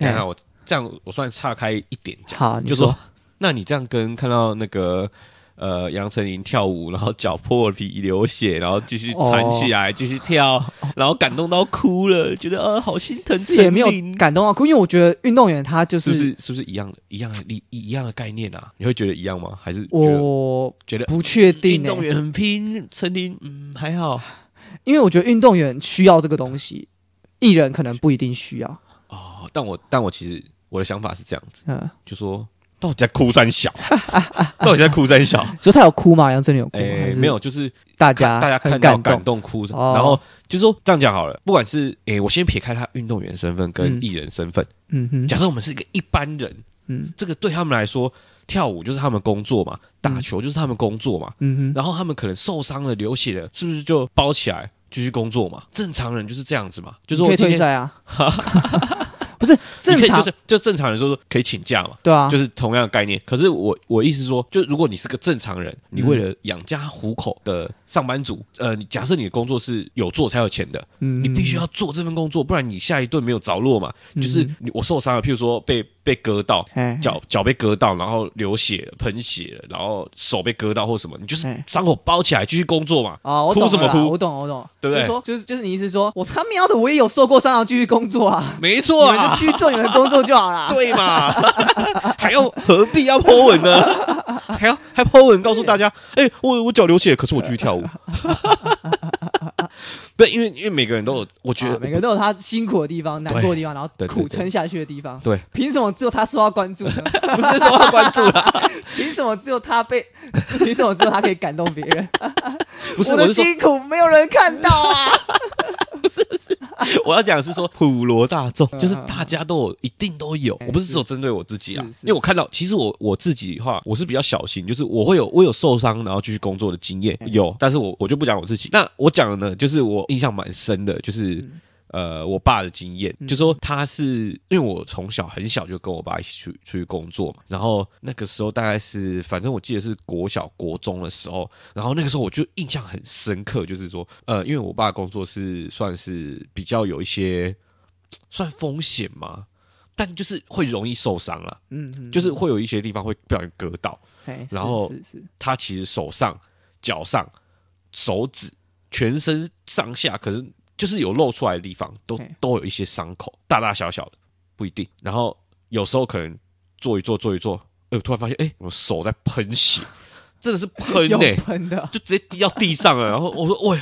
一哎下我这样，我算岔开一点讲。”好，哎你就说，那你这样跟看到那个呃杨丞琳跳舞，然后脚破皮流血，然后继续缠哦起来，继续跳，然后感动到哭了，觉得呃好心疼是也丞没有琳，啊感动到啊哭，因为我觉得运动员他就是不是是不是一样的一样的一一样的概念啊？你会觉得一样吗？还是觉得我觉得不确定、运欸，动员很拼，陈琳嗯还好因为我觉得运动员需要这个东西，艺人可能不一定需要。哦，但我但我其实我的想法是这样子，嗯，就说。到底在哭三小？ *laughs* 到底在哭三小？ *laughs* 所以他有哭吗？杨丞琳有哭哎、吗？还是没有，就是大家大家看很到感感动。动哭，哦然后就说这样讲好了，不管是诶、我先撇开他运动员身份跟嗯艺人身份，嗯哼，假设我们是一个一般人，嗯这个对他们来说，跳舞就是他们工作嘛，打球就是他们工作嘛，嗯哼，然后他们可能受伤了、流血了，是不是就包起来？继续工作嘛，正常人就是这样子嘛，就是 *laughs* 你可我以今退天赛啊。不是正你可以常就是就正常人说说可以请假嘛，对啊，就是同样的概念。可是我我意思说，就如果你是个正常人，你嗯为了养家糊口的上班族，呃，你假设你的工作是有做才有钱的，嗯嗯你必须要做这份工作，不然你下一顿没有着落嘛。就是你我受伤了，譬如说被被割到。哎脚脚被割到，然后流血了、喷血了，然后手被割到或什么，你就是哎伤口包起来继续工作嘛。哦，我哭懂什了么啦哭我懂，我懂，对不对就是说，就是就是你意思是说，我他喵的，我也有受过伤，然后继续工作啊，没错你们啊就，继续做你们的工作就好啦。啊对嘛？ *laughs* 还要何必要 Po 文 *laughs* 呢？还要还 Po 文告诉大家，哎、我我脚流血，可是我继续 *laughs* 跳舞。对，因为因为每个人都有，我觉得、啊每个人都有他辛苦的地方、难过的地方，然后对对对苦撑下去的地方。对，凭什么只有他受到关注呢？不是说要关注 *laughs* 啦，凭什么只有他被？ *laughs* 凭什么只有他可以感动别人？ *laughs* 不是我我的是说辛苦没有人看到 *laughs* 啊！我要讲的是说普罗大众，嗯就是大家都有，一定都有。哎我不是只有针对我自己啊是，是因为我看到，其实我我自己的话，我是比较小心，就是我会有我有受伤，然后继续工作的经验哎有，但是我我就不讲我自己。那我讲的呢，就是我印象蛮深的，就是。嗯呃，我爸的经验，就说他是因为我从小很小就跟我爸一起去出去工作嘛，然后那个时候大概是，反正我记得是国小国中的时候，然后那个时候我就印象很深刻，就是说，呃，因为我爸的工作是算是比较有一些算风险嘛，但就是会容易受伤了，嗯，嗯就是会有一些地方会不小心割到。哎是然后是是，他其实手上、脚上、手指、全身上下，可是就是有露出来的地方，都嘿都有一些伤口，大大小小的不一定。然后有时候可能做一做做一做，哎、我突然发现，哎、我手在喷血，真的是喷有呢、喷的，就直接滴到地上了。然后我说：“喂，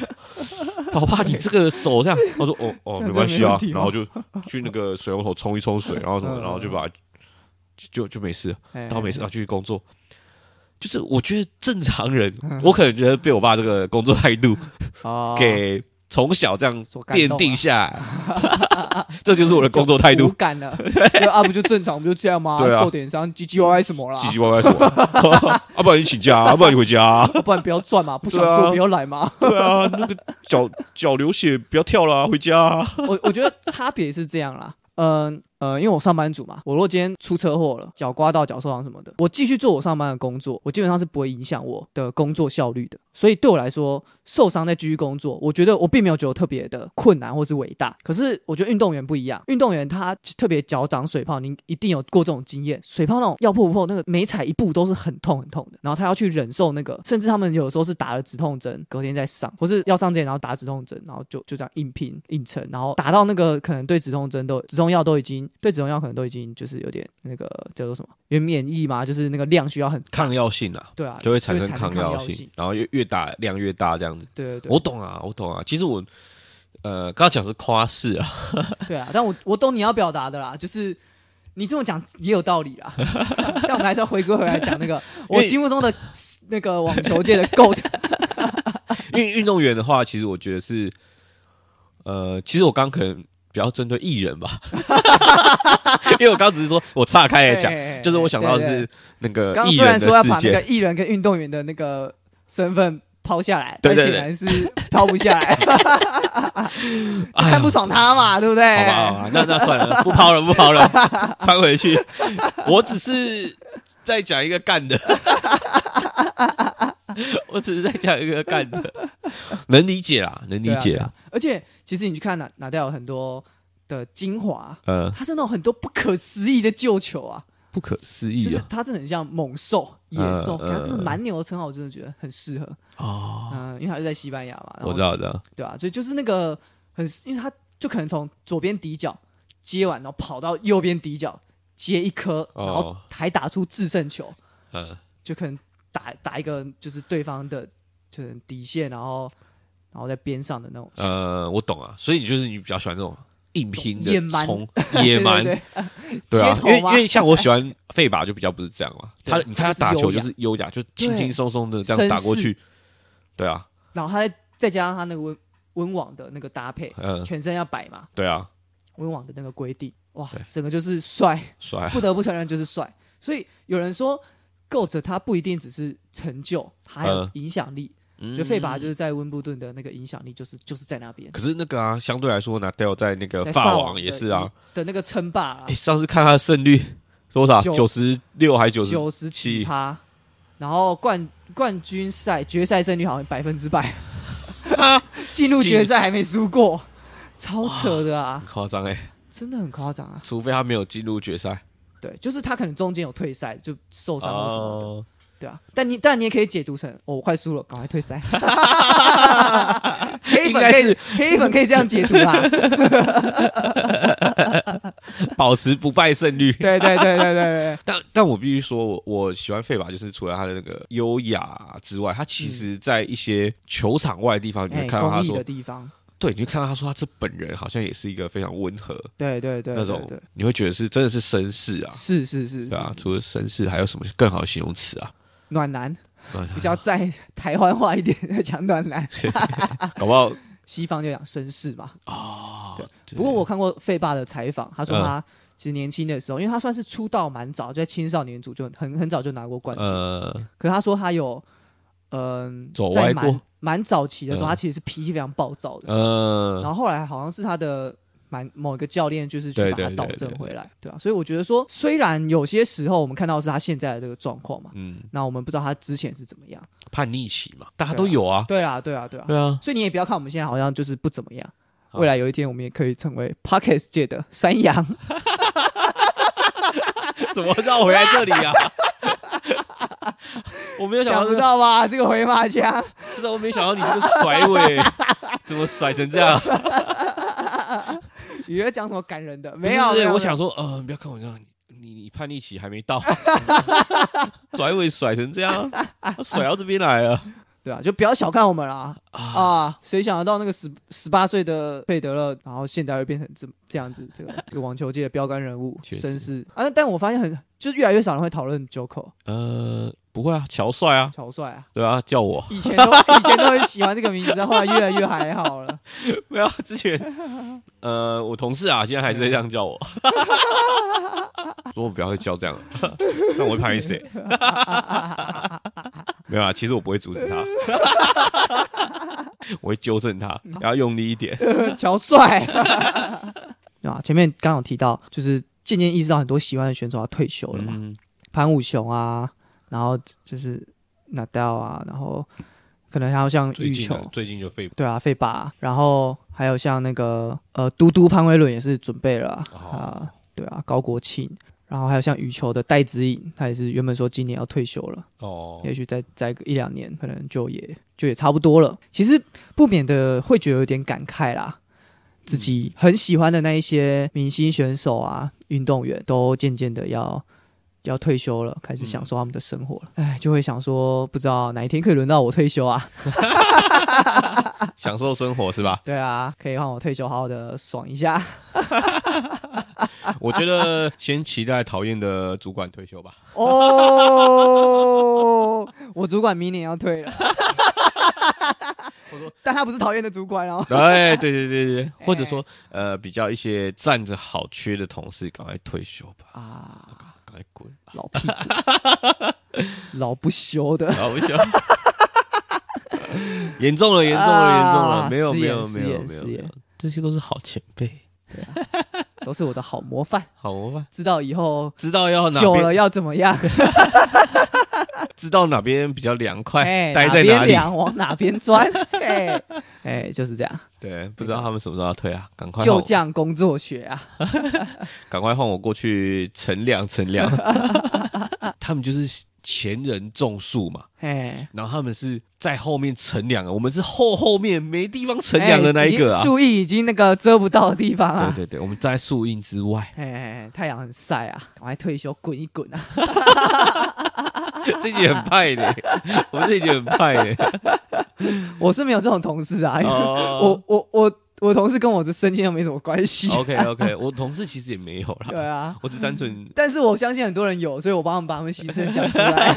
老爸，你这个手这样。”他说：“哦哦，这样没关系啊真的没问。题”吗然后就去那个水龙头冲一冲水，然后什么，嗯然后就把就就没事了，哎当没事，然后继续工作。就是我觉得正常人，我可能觉得被我爸这个工作态度哦给从小这样所感动奠啊定下来， *laughs* 这就是我的工作态无度。感 *laughs* 了，对啊，不就正常，不就这样吗？对啊受点伤，唧唧歪歪什么啦唧？唧歪歪说：“ *laughs* 啊，不然你请假啊，啊不然你回家 *laughs* 啊。”不然不要赚嘛，不想对啊做不要来嘛。对啊，那个脚脚流血，不要跳啦，回家啊。 *laughs* 我我觉得差别是这样啦。嗯呃，因为我上班族嘛，我如果今天出车祸了，脚刮到、脚受伤什么的，我继续做我上班的工作，我基本上是不会影响我的工作效率的。所以对我来说，受伤再继续工作，我觉得我并没有觉得特别的困难或是伟大。可是我觉得运动员不一样，运动员他特别脚掌水泡，您一定有过这种经验，水泡那种要破不破，那个每踩一步都是很痛很痛的，然后他要去忍受那个，甚至他们有时候是打了止痛针，隔天再上，或是要上之前然后打止痛针，然后就就这样硬拼硬撑，然后打到那个可能对止痛针都止痛药都已经对止痛药可能都已经就是有点那个叫做什么，因为免疫嘛，就是那个量需要很抗药性啊，对啊，就会产生抗抗药性性，，然后越越打量越大这样子。对对对，我懂啊，我懂啊。其实我呃，刚刚讲是夸饰啊，对啊，但我我懂你要表达的啦，就是你这么讲也有道理啦， *laughs* 但我们还是要回归回来讲那个因为我心目中的那个网球界的 *laughs* GOAT 因为运动员的话，其实我觉得是呃，其实我刚刚可能比较针对艺人吧， *laughs* 因为我刚刚只是说我岔开来哎讲，讲就是我想到的对对是那个刚刚艺虽人然说的要世把那个界，艺人跟运动员的那个身份抛下来，对对对哎但显然是抛不下 *laughs* 来，就看不爽他嘛，对不对？好吧，好吧，那那算了，不抛了，不抛了，穿回去。我只是在讲一个干的，我只是在讲一个干的，能理解啦，能理对啊解对啊。而且其实你去看哪哪掉有很多的精华，啊呃，他是那种很多不可思议的救球啊。不可思就议是啊！它真的很像猛兽、野兽，嗯给它这个嗯蛮牛的称号，我真的觉得很适合。哦，嗯，因为它是在西班牙嘛，然后我知，道，我知道，对吧、啊所以就是那个很，因为它就可能从左边底角接完，然后跑到右边底角接一颗，哦然后还打出制胜球，嗯，就可能打打一个就是对方的就是底线，然后然后在边上的那种。呃，我懂啊，所以你就是你比较喜欢这种硬拼的野蛮冲野 *laughs* 蛮，对对啊街，头因为因吗为像我喜欢费把就比较不是这样嘛，对他你看他他打就是优球雅就是优雅，就轻轻松松的这绅样打过士去，对啊，然后他再再加上他那个温温网的那个搭配，嗯，全身要摆嘛，对啊，温网的那个规定，哇对，整个就是帅，帅啊，不得不承认就是帅。所以有人说，够着他不一定只是成就，他还有嗯影响力。就费拔就是在温布顿的那个影响力，就是就是在那边。可是那个啊，相对来说，拿掉在那个在呃法网网也是啊。的那个称霸啊哎，，上次看他的胜率多少？九九十六还九十？九十七趴，然后冠冠军赛决赛胜率好像百分之 *laughs* 百，进入决赛还没输过，超扯的啊，夸张哎！真的很夸张啊。除非他没有进入决赛对，就是他可能中间有退赛，就受伤了什么的，哦对啊。但你但你也可以解读成，哦，我快输了，赶快退 *laughs* 赛。黑应粉该可以是黑粉可以这样解读啊 *laughs* 啦，保持不败胜率。 *laughs* 对对对对对对，但但我必须说，我我喜欢费吧，就是除了他的那个优雅之外，他其实在一些球场外的地方， *laughs* 你嗯哎、会看到他公益说的，地方，对，你会看到他说他这本人好像也是一个非常温和对对对那对对种，你会觉得是真的是绅士啊，是是是，对啊，是除了绅士还有什么更好的形容词啊？暖 *laughs* 男暖男比较在台湾话一点，讲暖男，搞不好西方就讲绅士嘛。哦，对 *laughs* 嗯不过我看过费爸的采访，他说他其实年轻的时候，因为他算是出道蛮早，就在青少年组就很很早就拿过冠军。呃，可是他说他有，嗯、走在歪过蛮蛮早期的时候，嗯他其实是脾气非常暴躁的。呃，然后后来好像是他的蛮某一个教练，就是去对把他对导对正对回来，对啊。所以我觉得说，虽然有些时候我们看到的是他现在的这个状况嘛，嗯，那我们不知道他之前是怎么样。叛逆期嘛，大家对啊都有啊，对啊，对啊，对啊。对啊，所以你也不要看我们现在好像就是不怎么样，好未来有一天我们也可以成为 Pockets 界的 *laughs* 山羊。 *laughs* 怎么绕回来这里啊？ *laughs* 我没有想想到不这个到吧？这个回马枪，不是，我没想到你这个甩 *laughs* 尾，怎么甩成这样？以为讲什么感人的？不没是有，不没是有我想，说，呃，不要看我这样，你你你叛逆期还没到，甩尾甩成这样，甩到这边来了对啊，就不要小看我们啦啊！啊！谁想得到那个十十八岁的费德勒，然后现在会变成这这样子，这个这个网球界的标杆人物， *laughs* 确实绅士啊！但但我发现很，就是越来越少人会讨论九 *laughs* 口呃，不会啊，乔帅啊，乔帅啊。对啊，叫我以前都以前都很喜欢这个名字，但后来越来越还好了。没有啊之前，呃，我同事啊，现在还是在这样叫我，说我不要再叫这样了，那我会拍谁？没有啊，其实我不会阻止他，我会纠正他，然后用力一点。乔帅， *laughs* 对啊，前面刚有提到，就是渐渐意识到很多喜欢的选手要退休了嘛，嗯潘武雄啊，然后就是纳豆啊，然后可能还有像最玉近球，啊最近就废对啊，费巴、然后还有像那个呃嘟嘟潘威伦也是准备了啊、哦啊对啊，高国庆，然后还有像羽球的戴子颖，他也是原本说今年要退休了，哦，也许再再个一两年，可能就也就也差不多了。其实不免的会觉得有点感慨啦。自己很喜欢的那一些明星选手啊，运动员都渐渐的要要退休了，开始享受他们的生活了。哎、就会想说，不知道哪一天可以轮到我退休啊？ *laughs* 享受生活是吧？对啊，可以让我退休好好的爽一下。啊我觉得先期待讨厌的主管退 *laughs* 休吧。哦， *laughs* 我主管明年要退 *laughs* 了。但他不是讨厌的主管哦。哎，对对对对，或者说呃，比较一些占着好缺的同事，赶快退休吧，啊，赶快滚，老屁股， *laughs* 老不休的。然后我想。 *laughs* 严重了，严重了，严重了！啊没有，失没言有，没有，失没有言没失有言，这些都是好前辈，都是我的好模范，好模范。知道以后知道要哪久了边，要怎么样，知道哪边比较凉快，哎， *laughs* 待哪在边里。凉 *laughs* 往哪边钻，哎哎，就是这样，对，不知道他们什么时候要退啊，赶快换就我将工作学啊，赶快换我过去乘凉乘凉。 *laughs* 他们就是前人种树嘛，哎，然后他们是在后面乘凉的，我们是后后面没地方乘凉的那一个哎已经啊。树叶已经那个遮不到的地方啊，对，对对，我们站在树荫之外哎哎，哎太阳很晒啊，赶快退休滚一滚啊！这集很派的， *laughs* 我们这集很派的。我是没有这种同事啊，因为哦 *laughs* 我我我我同事跟我的升迁又没什么关系。 *laughs* ，OK OK，我同事其实也没有对啦，啊，我只单纯但是我相信很多人有，所以我帮他们把他们心声讲出来。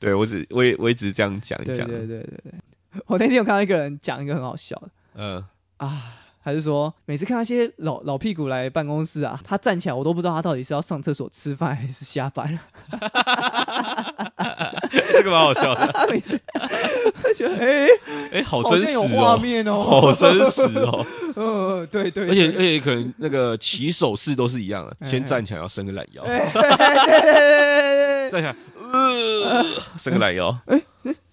对我只我也我也只是这样讲一对对讲，对对对，我那天有看到一个人讲一个很好笑的嗯，啊。还是说，每次看那些老老屁股来办公 *laughs* 室啊，他站起来，我都不知道他到底是要上厕所、吃饭还是下班。这个蛮好笑的。每次我觉得哎，哎， *laughs* 好好真像实有画哦，面哦， *laughs* 好真实哦。嗯，对对，而且而对 *laughs* 且可能那个起手式都是一样的，哎先站起来要伸个懒腰，哎对对对对对对对，站起来，呃，伸个懒腰，哎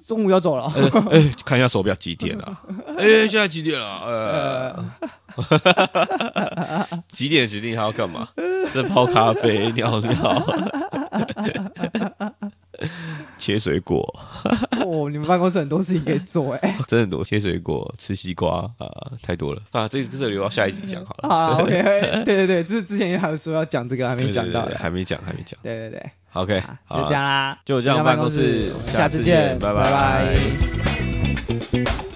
中午要走了，哎，看一下手表几点了？哎，现在几点了？呃，呃，几点决定他要干嘛？在泡咖啡、尿尿、切水果。哦，你们办公室很多事情可以做哎。 *laughs* 真的很多切水果、吃西瓜啊、太多了啊！这这留到下一集讲好了。好了，OK，对对哎对，这之前还有说要讲这个，还哦没对讲到对对对的。还没讲，还没讲。对对对， OK，啊好就这样啦，就这样回到办办公室我们下下次次见见，拜拜拜拜